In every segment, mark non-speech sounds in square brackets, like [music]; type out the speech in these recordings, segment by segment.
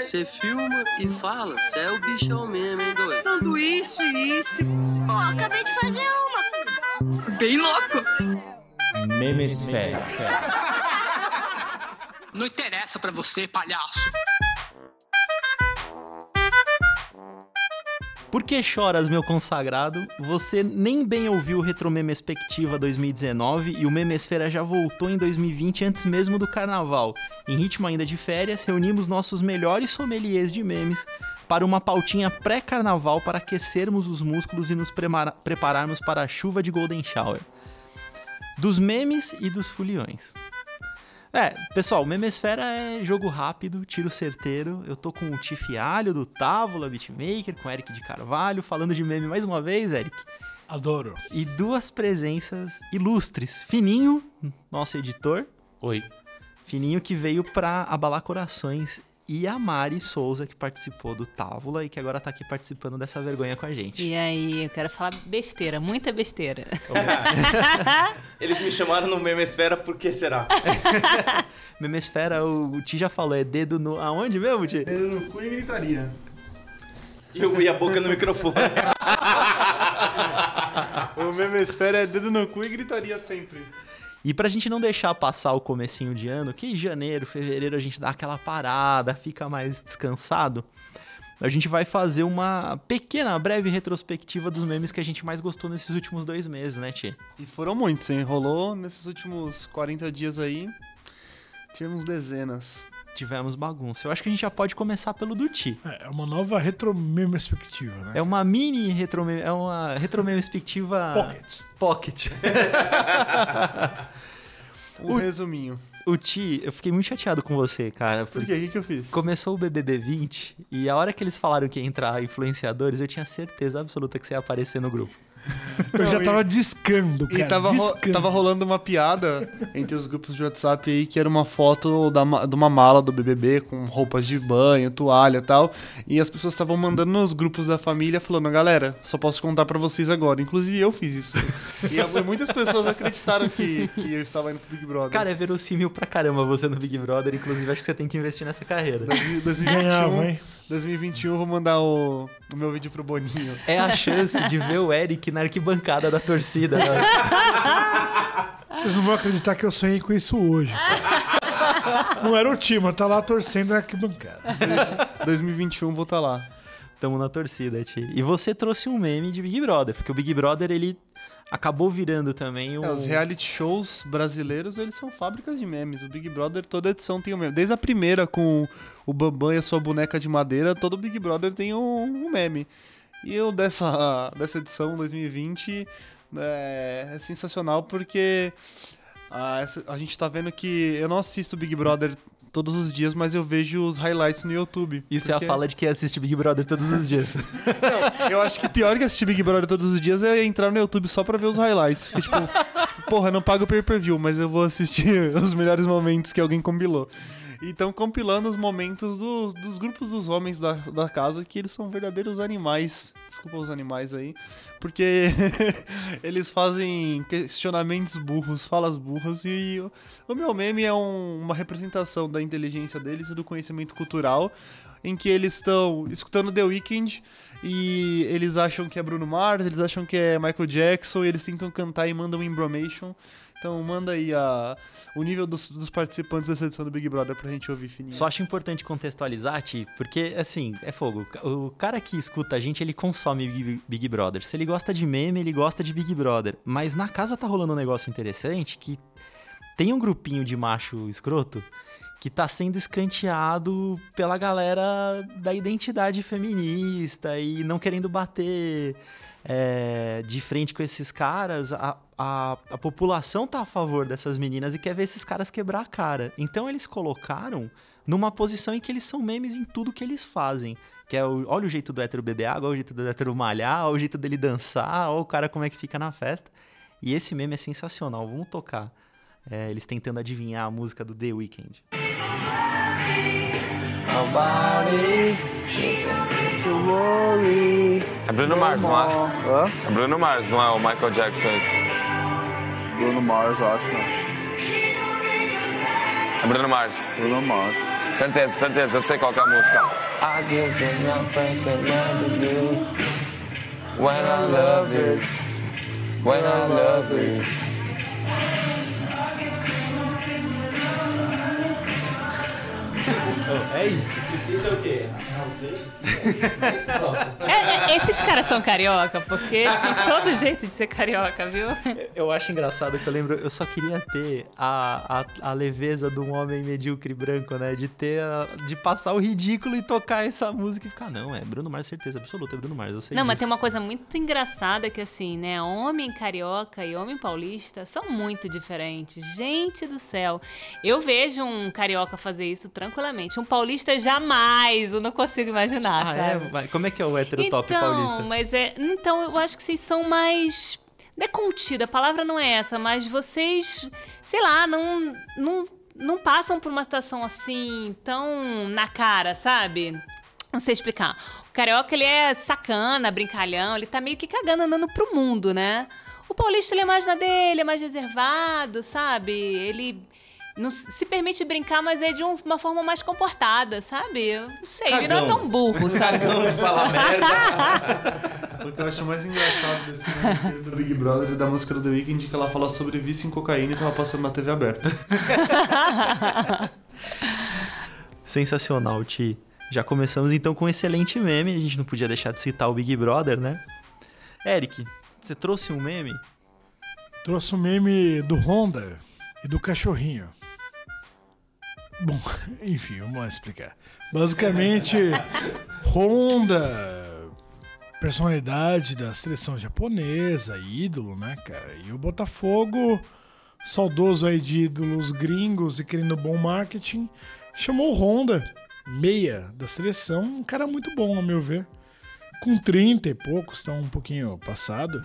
Você filma e fala, você é o bichão mesmo, hein, doido? Sanduíche, isso. Ó, acabei de fazer uma. Bem louco. Memes Fest. Não interessa pra você, palhaço. Por que choras, meu consagrado? Você nem bem ouviu o Retromemespectiva 2019 e o Memesfera já voltou em 2020 antes mesmo do carnaval. Em ritmo ainda de férias, reunimos nossos melhores sommeliers de memes para uma pautinha pré-carnaval para aquecermos os músculos e nos premar- prepararmos para a chuva de Golden Shower. Dos memes e dos foliões. É, pessoal, Memesfera é jogo rápido, tiro certeiro. Eu tô com o Tifialho do Távola Beatmaker, com o Eric de Carvalho, falando de meme mais uma vez, Eric. Adoro. E duas presenças ilustres. Fininho, nosso editor. Oi. Fininho que veio pra abalar corações. E a Mari Souza, que participou do Távola e que agora tá aqui participando dessa vergonha com a gente. E aí, eu quero falar besteira, muita besteira. Eles me chamaram no Memesfera, por que será? Memesfera, o, o Ti já falou, é dedo no. Aonde mesmo, Ti? Dedo no cu e gritaria. E eu e a boca no microfone. O memesfera é dedo no cu e gritaria sempre. E pra gente não deixar passar o comecinho de ano, que em janeiro, fevereiro a gente dá aquela parada, fica mais descansado, a gente vai fazer uma pequena, breve retrospectiva dos memes que a gente mais gostou nesses últimos dois meses, né, Ti? E foram muitos, hein? Rolou nesses últimos 40 dias aí. Tivemos dezenas. Tivemos bagunça. Eu acho que a gente já pode começar pelo do Ti. É é uma nova retromemespectiva, né? É uma mini retrome... É uma retromespectiva... Ah. Pocket. Pocket. [laughs] Um resuminho. o Ti, eu fiquei muito chateado com você, cara. Por quê? O que, que eu fiz? Começou o BBB 20 e a hora que eles falaram que ia entrar influenciadores, eu tinha certeza absoluta que você ia aparecer no grupo. Eu já Não, tava discando, cara. E tava, ro- discando. tava rolando uma piada entre os grupos de WhatsApp aí, que era uma foto da ma- de uma mala do BBB com roupas de banho, toalha e tal. E as pessoas estavam mandando nos grupos da família, falando: galera, só posso contar pra vocês agora. Inclusive eu fiz isso. e eu- muitas pessoas acreditaram que, que eu estava indo pro Big Brother. Cara, é verossímil pra caramba você no Big Brother. Inclusive, acho que você tem que investir nessa carreira. 2021, Ganhava, hein? 2021 eu vou mandar o, o meu vídeo pro Boninho. É a chance de ver o Eric na arquibancada da torcida. né? Vocês não vão acreditar que eu sonhei com isso hoje. [laughs] cara. Não era o time, mas tá lá torcendo na arquibancada. 2021 vou estar lá. Tamo na torcida, Ti. E você trouxe um meme de Big Brother, porque o Big Brother, ele acabou virando também um... É, os reality shows brasileiros, eles são fábricas de memes. O Big Brother, toda edição tem um meme. Desde a primeira com o Bambam e a sua boneca de madeira, todo Big Brother tem um, um meme. E o dessa, dessa edição, 2020, é, é sensacional porque ah, essa- a gente tá vendo que... Eu não assisto Big Brother todos os dias, mas eu vejo os highlights no YouTube. Isso é porque- a fala de quem assiste Big Brother todos os dias. Eu acho que pior que assistir Big Brother todos os dias é entrar no YouTube só pra ver os highlights. Porque, tipo, porra, eu não pago pay-per-view, mas eu vou assistir [laughs] os melhores momentos que alguém compilou. Então, compilando os momentos dos, dos grupos dos homens da, da casa, que eles são verdadeiros animais. Desculpa os animais aí. Porque [laughs] eles fazem questionamentos burros, falas burras. E o, o meu meme é um- uma representação da inteligência deles e do conhecimento cultural. Em que eles estão escutando The Weeknd e eles acham que é Bruno Mars, eles acham que é Michael Jackson, e eles tentam cantar e mandam Imbromation. Então manda aí a, o nível dos, dos participantes dessa edição do Big Brother pra gente ouvir fininho. Só acho importante contextualizar, Ti, porque, assim, é fogo. O cara que escuta a gente, ele consome Big- Big Brother. Se ele gosta de meme, ele gosta de Big Brother. Mas na casa tá rolando um negócio interessante que tem um grupinho de macho escroto que tá sendo escanteado pela galera da identidade feminista e não querendo bater é, de frente com esses caras. A, a, a população tá a favor dessas meninas e quer ver esses caras quebrar a cara. Então eles colocaram numa posição em que eles são memes em tudo que eles fazem. Que é o, olha o jeito do hétero beber água, olha o jeito do hétero malhar, olha o jeito dele dançar, olha o cara como é que fica na festa. E esse meme é sensacional, vamos tocar. É, eles tentando adivinhar a música do The Weeknd. É Bruno Mars, não é? É Bruno Mars, não é o Michael Jackson esse. Bruno Mars, eu acho. né? É Bruno Mars. Bruno Mars. Isso Certeza, certeza, eu sei qual que é a música. I give you nothing to never do. When I love you, when I love you. É isso. Isso é o quê? É, é, esses caras são carioca, porque tem todo jeito de ser carioca, viu? Eu acho engraçado que eu lembro, eu só queria ter a, a, a leveza de um homem medíocre branco, né? De ter a- de passar o ridículo e tocar essa música e ficar, não, é Bruno Mars, certeza absoluta, é Bruno Mars, eu sei Não, mas tem disso." uma coisa muito engraçada que assim, né? Homem carioca e homem paulista são muito diferentes. Gente do céu. Eu vejo um carioca fazer isso tranquilamente. Um paulista jamais, eu não consigo imaginar, Ah, sabe? é? Mas Como é que é o hétero top então, paulista? Mas é, então, eu acho que vocês são mais. Não é contida, a palavra não é essa, mas vocês, sei lá, não, não, não passam por uma situação assim tão na cara, sabe? Não sei explicar. O carioca, ele é sacana, brincalhão, ele tá meio que cagando, andando pro mundo, né? O paulista, ele é mais na dele, é mais reservado, sabe? Ele não se se permite brincar, mas é de um- uma forma mais comportada, sabe? Eu não sei, ele não é Cagão. tão [laughs] burro, sabe? Cagão de falar merda. O que eu acho mais engraçado desse filme [laughs] inteiro do Big Brother e da música do The Weeknd é que ela fala sobre vício em cocaína e tava passando na TV aberta. Sensacional, Ti. Já começamos então com um excelente meme, a gente não podia deixar de citar o Big Brother, né? Eric, você trouxe um meme? Trouxe um meme do Honda e do cachorrinho. Bom, [laughs] enfim, vamos lá explicar. Basicamente, Honda, personalidade da seleção japonesa, ídolo, né, cara? E o Botafogo, saudoso aí de ídolos gringos e querendo bom marketing, chamou o Honda, meia da seleção, um cara muito bom, a meu ver. Com 30 e poucos, está um pouquinho passado.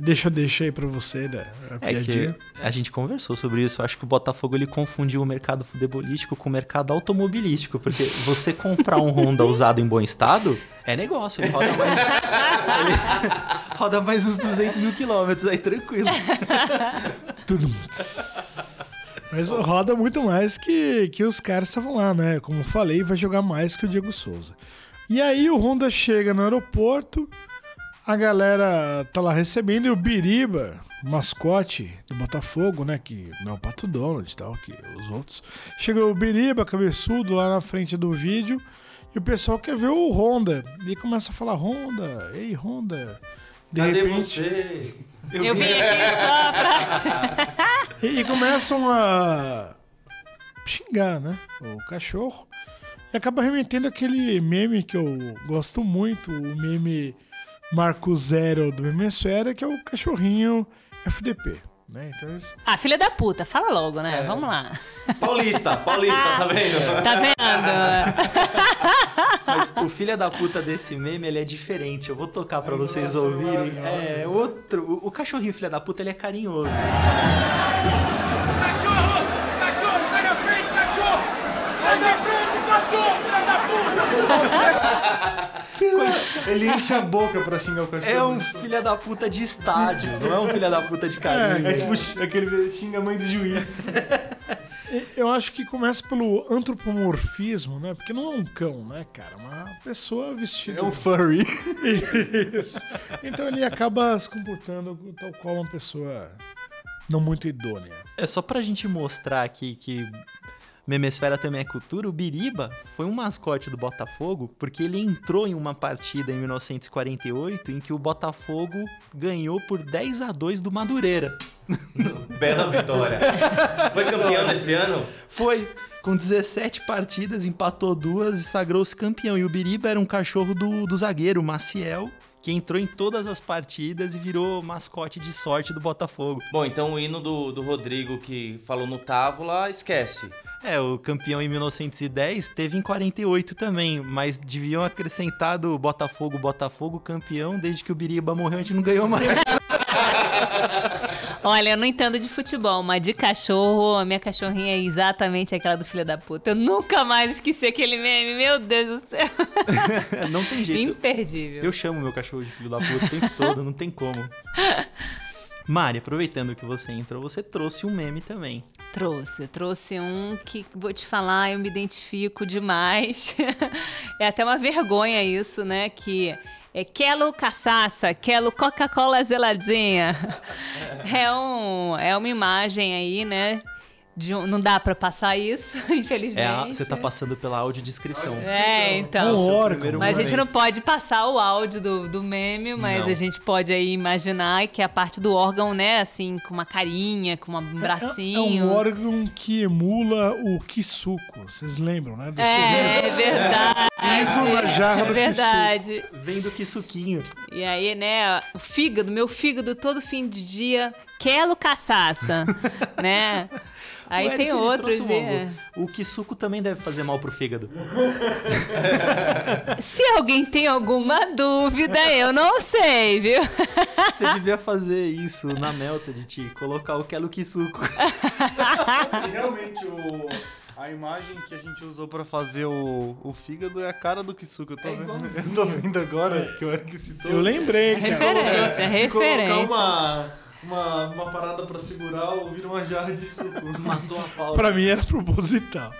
Deixa eu deixar aí pra você, né? A É piadinha. que a gente conversou sobre isso. Acho que o Botafogo ele confundiu o mercado futebolístico com o mercado automobilístico, porque você comprar um Honda usado em bom estado é negócio. Ele roda [laughs] mais, ele roda mais uns 200 mil quilômetros aí tranquilo. Tudum, tss. Mas roda muito mais que, que os caras estavam lá, né? Como eu falei, vai jogar mais que o Diego Souza. E aí o Honda chega no aeroporto, a galera tá lá recebendo e o Biriba, mascote do Botafogo, né? Que não é o Pato Donald e tal, que os outros. Chega o Biriba, cabeçudo, lá na frente do vídeo e o pessoal quer ver o Honda. E começa a falar: Honda, ei, Honda. De Cadê você? Eu vim aqui só pra. E, e começam a xingar, né? O cachorro. E acaba remetendo aquele meme que eu gosto muito, o meme Marco Zero do Memesfera, que é o cachorrinho FDP. Né? Então, isso- Ah, filha da puta, fala logo, né? Vamos lá. Paulista, paulista, tá É. vendo? Tá vendo? Mas o filho da puta desse meme, ele é diferente. Eu vou tocar pra vocês ouvirem. É outro. O, o cachorrinho filho da puta, ele é carinhoso. Cachorro! Cachorro, sai da frente, cachorro! Sai da frente, cachorro, filha da puta! Ele enche a boca pra xingar o cachorro. É um filho da puta de estádio, não é um filho da puta de carinho. É tipo x- aquele xinga a mãe do juiz. e- eu acho que começa pelo antropomorfismo, né? Porque não é um cão, né, cara? É Uma pessoa vestida. É um [laughs] furry. Isso. Então ele acaba se comportando tal qual uma pessoa não muito idônea. É só pra gente mostrar aqui que Memesfera também é cultura, o Biriba foi um mascote do Botafogo porque ele entrou em uma partida em 1948 em que o Botafogo ganhou por 10 a 2 do Madureira. Bela vitória. Foi campeão desse ano? Foi com 17 partidas, empatou duas e sagrou-se campeão. E o Biriba era um cachorro do, do zagueiro, Maciel, que entrou em todas as partidas e virou mascote de sorte do Botafogo. Bom, então o hino do, do Rodrigo que falou no Távola, esquece. É, o campeão em 1910 teve em 48 também, mas deviam acrescentar do Botafogo, Botafogo campeão, desde que o Biriba morreu a gente não ganhou mais. Olha, eu não entendo de futebol, mas de cachorro, a minha cachorrinha é exatamente aquela do filho da puta. Eu nunca mais esqueci aquele meme, meu Deus do céu. É, não tem jeito. Imperdível. Eu chamo meu cachorro de filho da puta o tempo todo, não tem como. Mari, aproveitando que você entrou, você trouxe um meme também. Trouxe, trouxe um que vou te falar, eu me identifico demais. [laughs] é até uma vergonha isso, né? Que é Quelo Caçaça, Quelo Coca-Cola Zeladinha. [laughs] é, um, é uma imagem aí, né? de um- não dá pra passar isso, [laughs] infelizmente. É a- você tá passando pela audiodescrição. É, então. Esse é o Órgão. primeiro Mas a gente não momento. pode passar o áudio do, do meme, mas Não. a gente pode aí imaginar que é a parte do órgão, né, assim, com uma carinha, com uma- um É- É bracinho. um órgão que emula o Kisuko. Vocês lembram, né? Do É, é verdade. Isso na jarra É do verdade. Vem do que suquinho. E aí, né, o fígado, meu fígado todo fim de dia, quero [laughs] caçaça, né? Aí O Eric, tem ele outros. trouxe um é. algo. O que suco também deve fazer mal pro fígado. Se alguém tem alguma dúvida, eu não sei, viu? [laughs] Você devia fazer isso na melta de ti, colocar o Kelo que suco. E realmente o. A imagem que a gente usou pra fazer o, o fígado é a cara do Kisuko. Eu tô, vendo, [laughs] eu tô vendo agora que o Eric citou. É, Eu lembrei, Se cara. Referência, Se referência. colocar uma, uma, uma parada pra segurar, ou vira uma jarra de suco. [laughs] Matou a pau. Pra mim era proposital.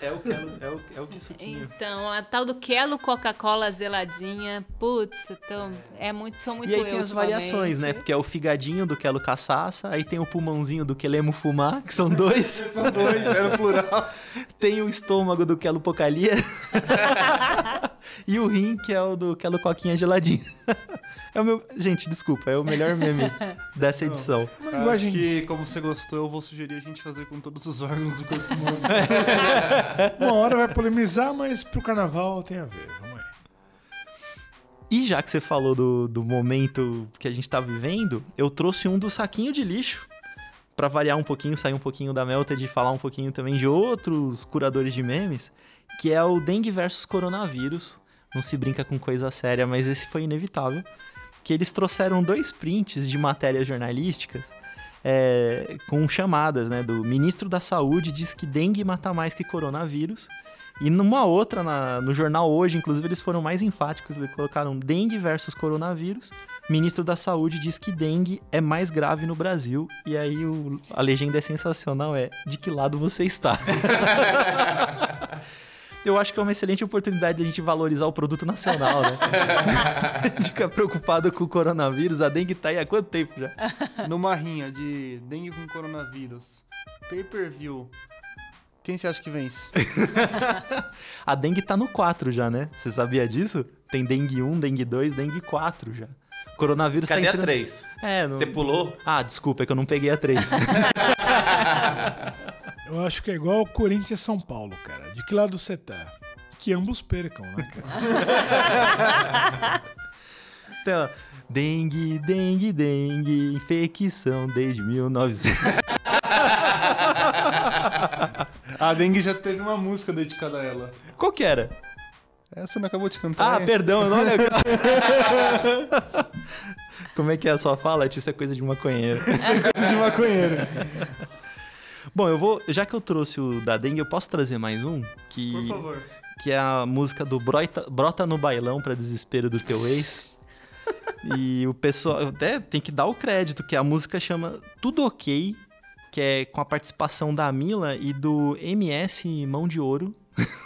É o Kelo, é o, é o que suquinho. Então, a tal do Kelo Coca-Cola zeladinha, putz, então, é muito, sou muito E aí eu tem as ultimamente. variações, né? Porque é o figadinho do Kelo Caçaça, aí tem o pulmãozinho do Quelemo Fumar, que são dois. são dois, É era um o [laughs] plural. Tem o estômago do [laughs] Kelo Pocalia. e o rim, que é o do Kelo Coquinha Geladinha. [laughs] É o meu... Gente, desculpa, é o [laughs] melhor meme dessa edição. Uma Acho linguagem que, como você gostou, eu vou sugerir a gente fazer com todos os órgãos do corpo humano. Uma hora vai polemizar, mas pro carnaval tem a ver. Vamos aí. E já que você falou do, do momento que a gente tá vivendo, eu trouxe um do saquinho de lixo. Pra variar um pouquinho, sair um pouquinho da melta de falar um pouquinho também de outros curadores de memes, que é o dengue versus coronavírus. Não se brinca com coisa séria, mas esse foi inevitável. Que eles trouxeram dois prints de matérias jornalísticas é, com chamadas, né? Do ministro da Saúde diz que dengue mata mais que coronavírus. E numa outra, na- no jornal hoje, inclusive, eles foram mais enfáticos, eles colocaram dengue versus coronavírus. Ministro da Saúde diz que dengue é mais grave no Brasil. E aí o- a legenda é sensacional, é de que lado você [laughs] está. Eu acho que é uma excelente oportunidade de a gente valorizar o produto nacional, [laughs] né? a gente fica preocupado com o coronavírus, a dengue tá aí há quanto tempo já? Numa rinha de dengue com coronavírus, pay-per-view, quem você acha que vence? A dengue tá no 4 já, né? Você sabia disso? Tem dengue 1, dengue 2, dengue 4 já. O coronavírus Cadê tá a entrando... 3? É, não... Você pulou? Ah, desculpa, é que eu não peguei a 3. Eu acho que é igual Corinthians e São Paulo, cara. De que lado você tá? Que ambos percam, né, cara? então, dengue, dengue, dengue, infecção desde 1900. A dengue já teve uma música dedicada a ela. Qual que era? Essa não acabou de cantar. Ah, né? perdão, eu não lembro. Como é que é a sua fala? Tio, Isso é coisa de maconheiro. de maconheiro. Bom, eu vou. Já que eu trouxe o da dengue, eu posso trazer mais um? Que, Por favor. que é a música do Brota, Brota no Bailão pra Desespero do Teu Ex. e o pessoal eu até tem que dar o crédito, que a música chama Tudo Ok, que é com a participação da Mila e do MS Mão de Ouro.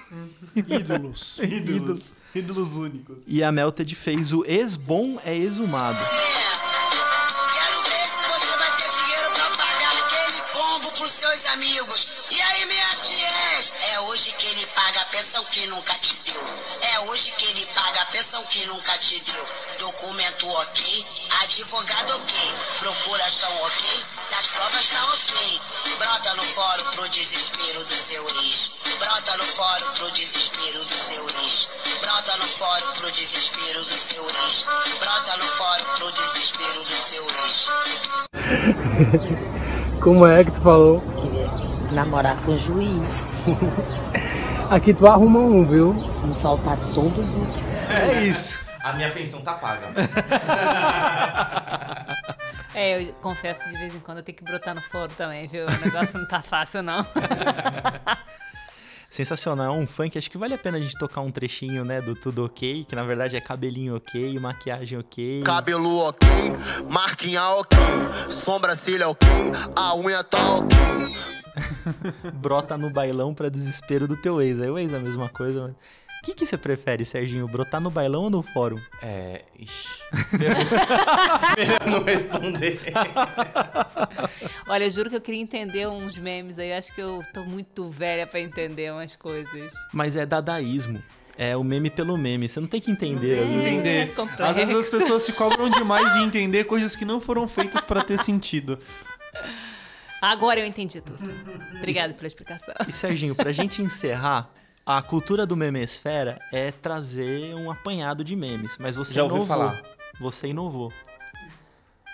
[laughs] Ídolos. Ídolos. [laughs] Ídolos únicos. E a Melted fez o Ex-Bom é Exumado. Quero ver se você vai ter dinheiro pra pagar aquele combo pros seus amigos. E aí, minhas fiéis? É hoje que ele paga a pensão que nunca te deu. É hoje que ele paga a pensão que nunca te deu. Documento ok, advogado ok, procuração ok, nas provas tá ok. Brota no fórum pro desespero do seu ex. Brota no fórum pro desespero do seu ex. Brota no fórum pro desespero do seu ex. Brota no fórum pro desespero do seu ex. Como é que tu falou? Namorar com o juiz. Aqui tu arruma um, viu? Vamos soltar todos os. É isso. A minha pensão tá paga. É, eu confesso que de vez em quando eu tenho que brotar no foro também, viu? O negócio não tá fácil, não. Sensacional, um funk. Acho que vale a pena a gente tocar um trechinho, né, do Tudo Ok, que na verdade é cabelinho ok, maquiagem ok. [laughs] Cabelo ok, marquinha ok, sombra, ok, a unha tá ok. brota no bailão pra desespero do teu ex. Aí o ex é a mesma coisa, mas... O que, que você prefere, Serginho? Brotar no bailão ou no fórum? É. [laughs] Ixi. Melhor não responder. Olha, eu juro que eu queria entender uns memes aí. Acho que eu tô muito velha pra entender umas coisas. Mas é dadaísmo. É o meme pelo meme. Você não tem que entender. Tem às que vezes. entender. É complexo. Às vezes as pessoas se cobram demais em entender coisas que não foram feitas pra ter sentido. Agora eu entendi tudo. Obrigada pela explicação. E Serginho, pra gente encerrar, a cultura do memesfera é trazer um apanhado de memes, mas você Já ouvi inovou. falar. Você inovou.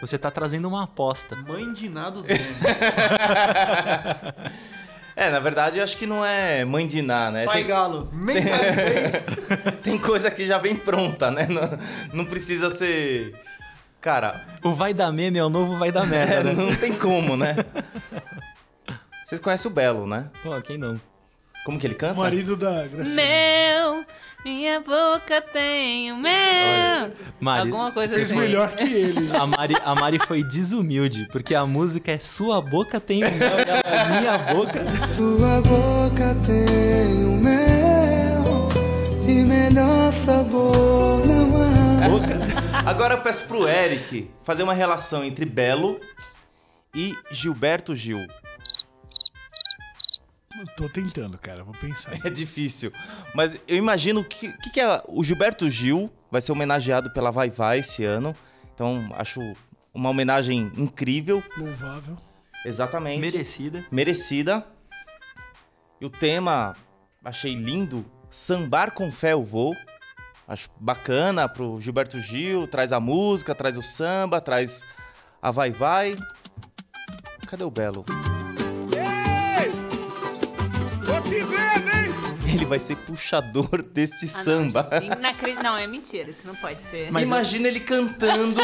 Você tá trazendo uma aposta. Mãe de nada os É, na verdade, eu acho que não é mãe de Ná, né? Pai Tem- Galo, mentalizei. Tem coisa que já vem pronta, né? Não, não precisa ser. Cara, O vai dar meme é o novo vai dar merda, né? não tem como, né? Vocês conhecem o Belo, né? Pô, quem não? Como que ele canta? Marido da Gracinha. Meu, minha boca tem o meu. Mari, Alguma coisa Fez assim. melhor que ele. a Mari, a Mari foi desumilde, porque a música é sua boca tem o mel, e ela é minha boca. Tua boca tem o mel e melhor sabor não há. Agora eu peço pro Eric fazer uma relação entre Belo e Gilberto Gil. Tô tentando, cara. Vou pensar. É difícil. Mas eu imagino que, que, que é. O Gilberto Gil vai ser homenageado pela Vai Vai esse ano. Então, acho uma homenagem incrível. Louvável. Exatamente. Merecida. merecida. E o tema, achei lindo. Sambar com fé eu vou. Acho bacana pro Gilberto Gil. Traz a música, traz o samba, traz a vai vai. Cadê o Belo? Ele vai ser puxador deste Ah, não, samba. gente, inacre- Não, é mentira, isso não pode ser. Mas- Imagina ele cantando.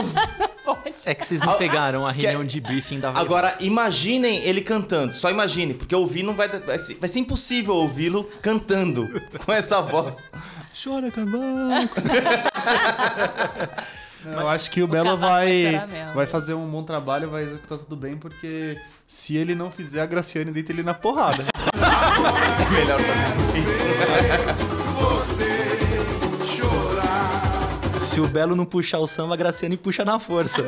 Pode. É que vocês não pegaram a Ah, Que- é- reunião de briefing da Agora, imaginem ele cantando. Só imagine, porque ouvir não vai... Vai ser, vai ser impossível ouvi-lo cantando [laughs] com essa voz. Chora, cavalo. Eu acho que o Belo cavalo vai vai, chorar mesmo. vai fazer um bom trabalho, vai executar tudo bem, porque se ele não fizer, a Graciane deita ele na porrada. Melhor pra Se o Belo não puxar o samba, a Graciane puxa na [laughs] força.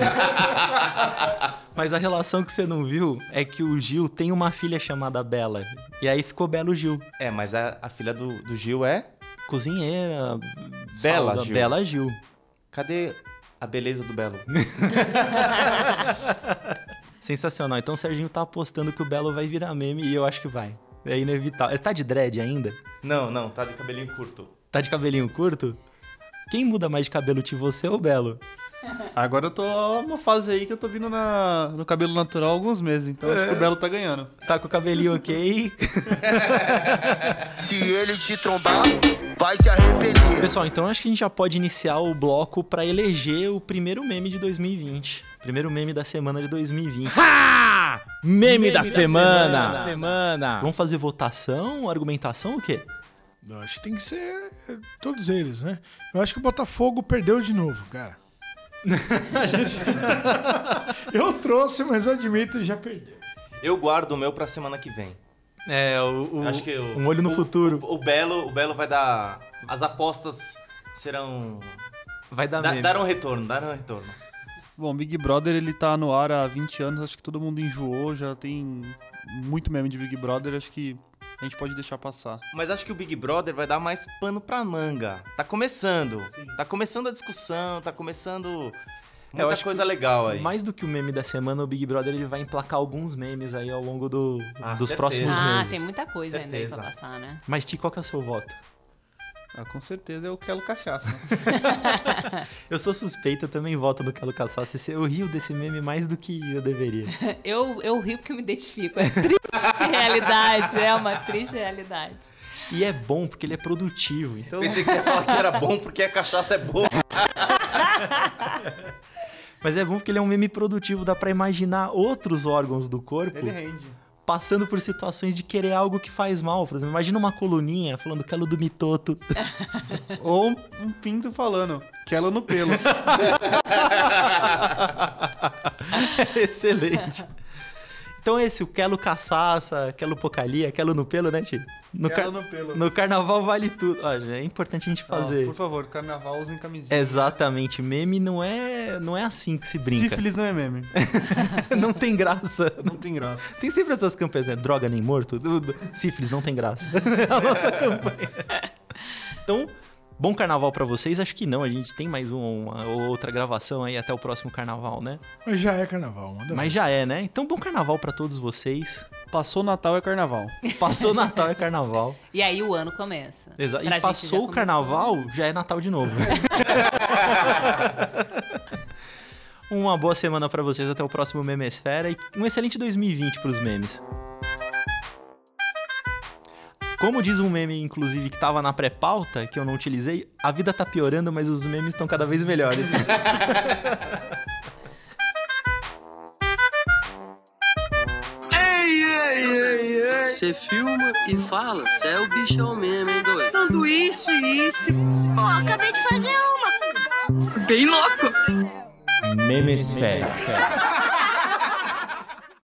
Mas a relação que você não viu é que o Gil tem uma filha chamada Bela. E aí ficou Belo Gil. É, mas a, a filha do, do Gil é. Cozinheira. Bela salva- Gil. Bela Gil. Cadê a beleza do Belo? Sensacional. Então o Serginho tá apostando que o Belo vai virar meme e eu acho que vai. É inevitável. Ele tá de dread ainda? não, não, tá de cabelinho curto. Tá de cabelinho curto? Quem muda mais de cabelo, te você ou o Belo? Agora eu tô numa fase aí que eu tô vindo na- no cabelo natural há alguns meses, então acho que o Belo tá ganhando. Tá com o [laughs] cabelinho ok? Se ele te trombar, vai se arrepender. Pessoal, então acho que a gente já pode iniciar o bloco pra eleger o primeiro meme de 2020. Primeiro meme da semana de 2020. Meme, da semana. Semana! Vamos fazer votação, argumentação, o quê? Eu acho que tem que ser eh, todos eles, né? Eu acho que o Botafogo perdeu de novo, cara. eu trouxe, mas eu admito, já perdeu. Eu guardo o meu pra semana que vem. É, o, o- Acho que eu- um olho no o- futuro O, o Belo, o Belo vai dar. As apostas serão. vai dar Da, meme. darão retorno, darão retorno. Bom, Big Brother ele tá no ar há 20 anos, acho que todo mundo enjoou, já tem muito meme de Big Brother, acho que a gente pode deixar passar. Mas acho que o Big Brother vai dar mais pano pra manga. Tá começando. Tá começando a discussão, tá começando. Muita É, acho coisa legal aí. Mais do que o meme da semana, o Big Brother ele vai emplacar alguns memes aí ao longo do- Ah, dos certeza. próximos ah, meses. tem muita coisa ainda aí Certeza. pra passar, né? Mas, Ti, qual que é o seu voto? Ah, com certeza eu quero cachaça. Eu sou suspeito, eu também voto no Quero Caçar. Eu rio desse meme mais do que eu deveria. Eu, eu rio porque eu me identifico. É triste [laughs] realidade, é uma triste realidade. E é bom porque ele é produtivo. Então, Pensei que você ia falar que era bom porque a cachaça é boa. Mas é bom porque ele é um meme produtivo, dá pra imaginar outros órgãos do corpo ele é. rende. passando por situações de querer algo que faz mal. Por exemplo, imagina uma coluninha falando que ela é do mitoto. [laughs] Ou um, um pinto falando, quero no pelo. [laughs] Excelente. Então esse, o Quelo Caçaça, Quelo Pocalia, Quelo no Pelo, né, Ti? No, Quelo no Pelo. no carnaval vale tudo. Ó, é importante a gente Ó, fazer. por favor, carnaval usem camisinha. Exatamente, meme não é, não é assim que se brinca. Sífilis não é meme. [laughs] não tem graça. Não tem graça. Tem sempre essas campanhas, né? Droga nem morto. do- do- Sífilis não tem graça. [laughs] É a nossa campanha. Então, bom carnaval pra vocês. Acho que não, a gente tem mais um, uma ou outra gravação aí até o próximo carnaval, né? Mas já é carnaval, manda Mas já é, né? Então, bom carnaval pra todos vocês. Passou o Natal é carnaval. Passou Natal é carnaval. E aí o ano começa. Exa- Pra E gente já passou o começou. carnaval, já é Natal de [laughs] novo. Uma boa semana pra vocês, até o próximo Memesfera e um excelente 2020 pros memes. Como diz um meme, inclusive, que tava na pré-pauta, que eu não utilizei, a vida tá piorando, mas os memes estão cada vez melhores. Ei, ei, ei, ei. Você filma e fala, cê é o bichão mesmo, hein, doido? Sanduíche, isso. Pô, acabei de fazer uma. Bem louco. Memesfera.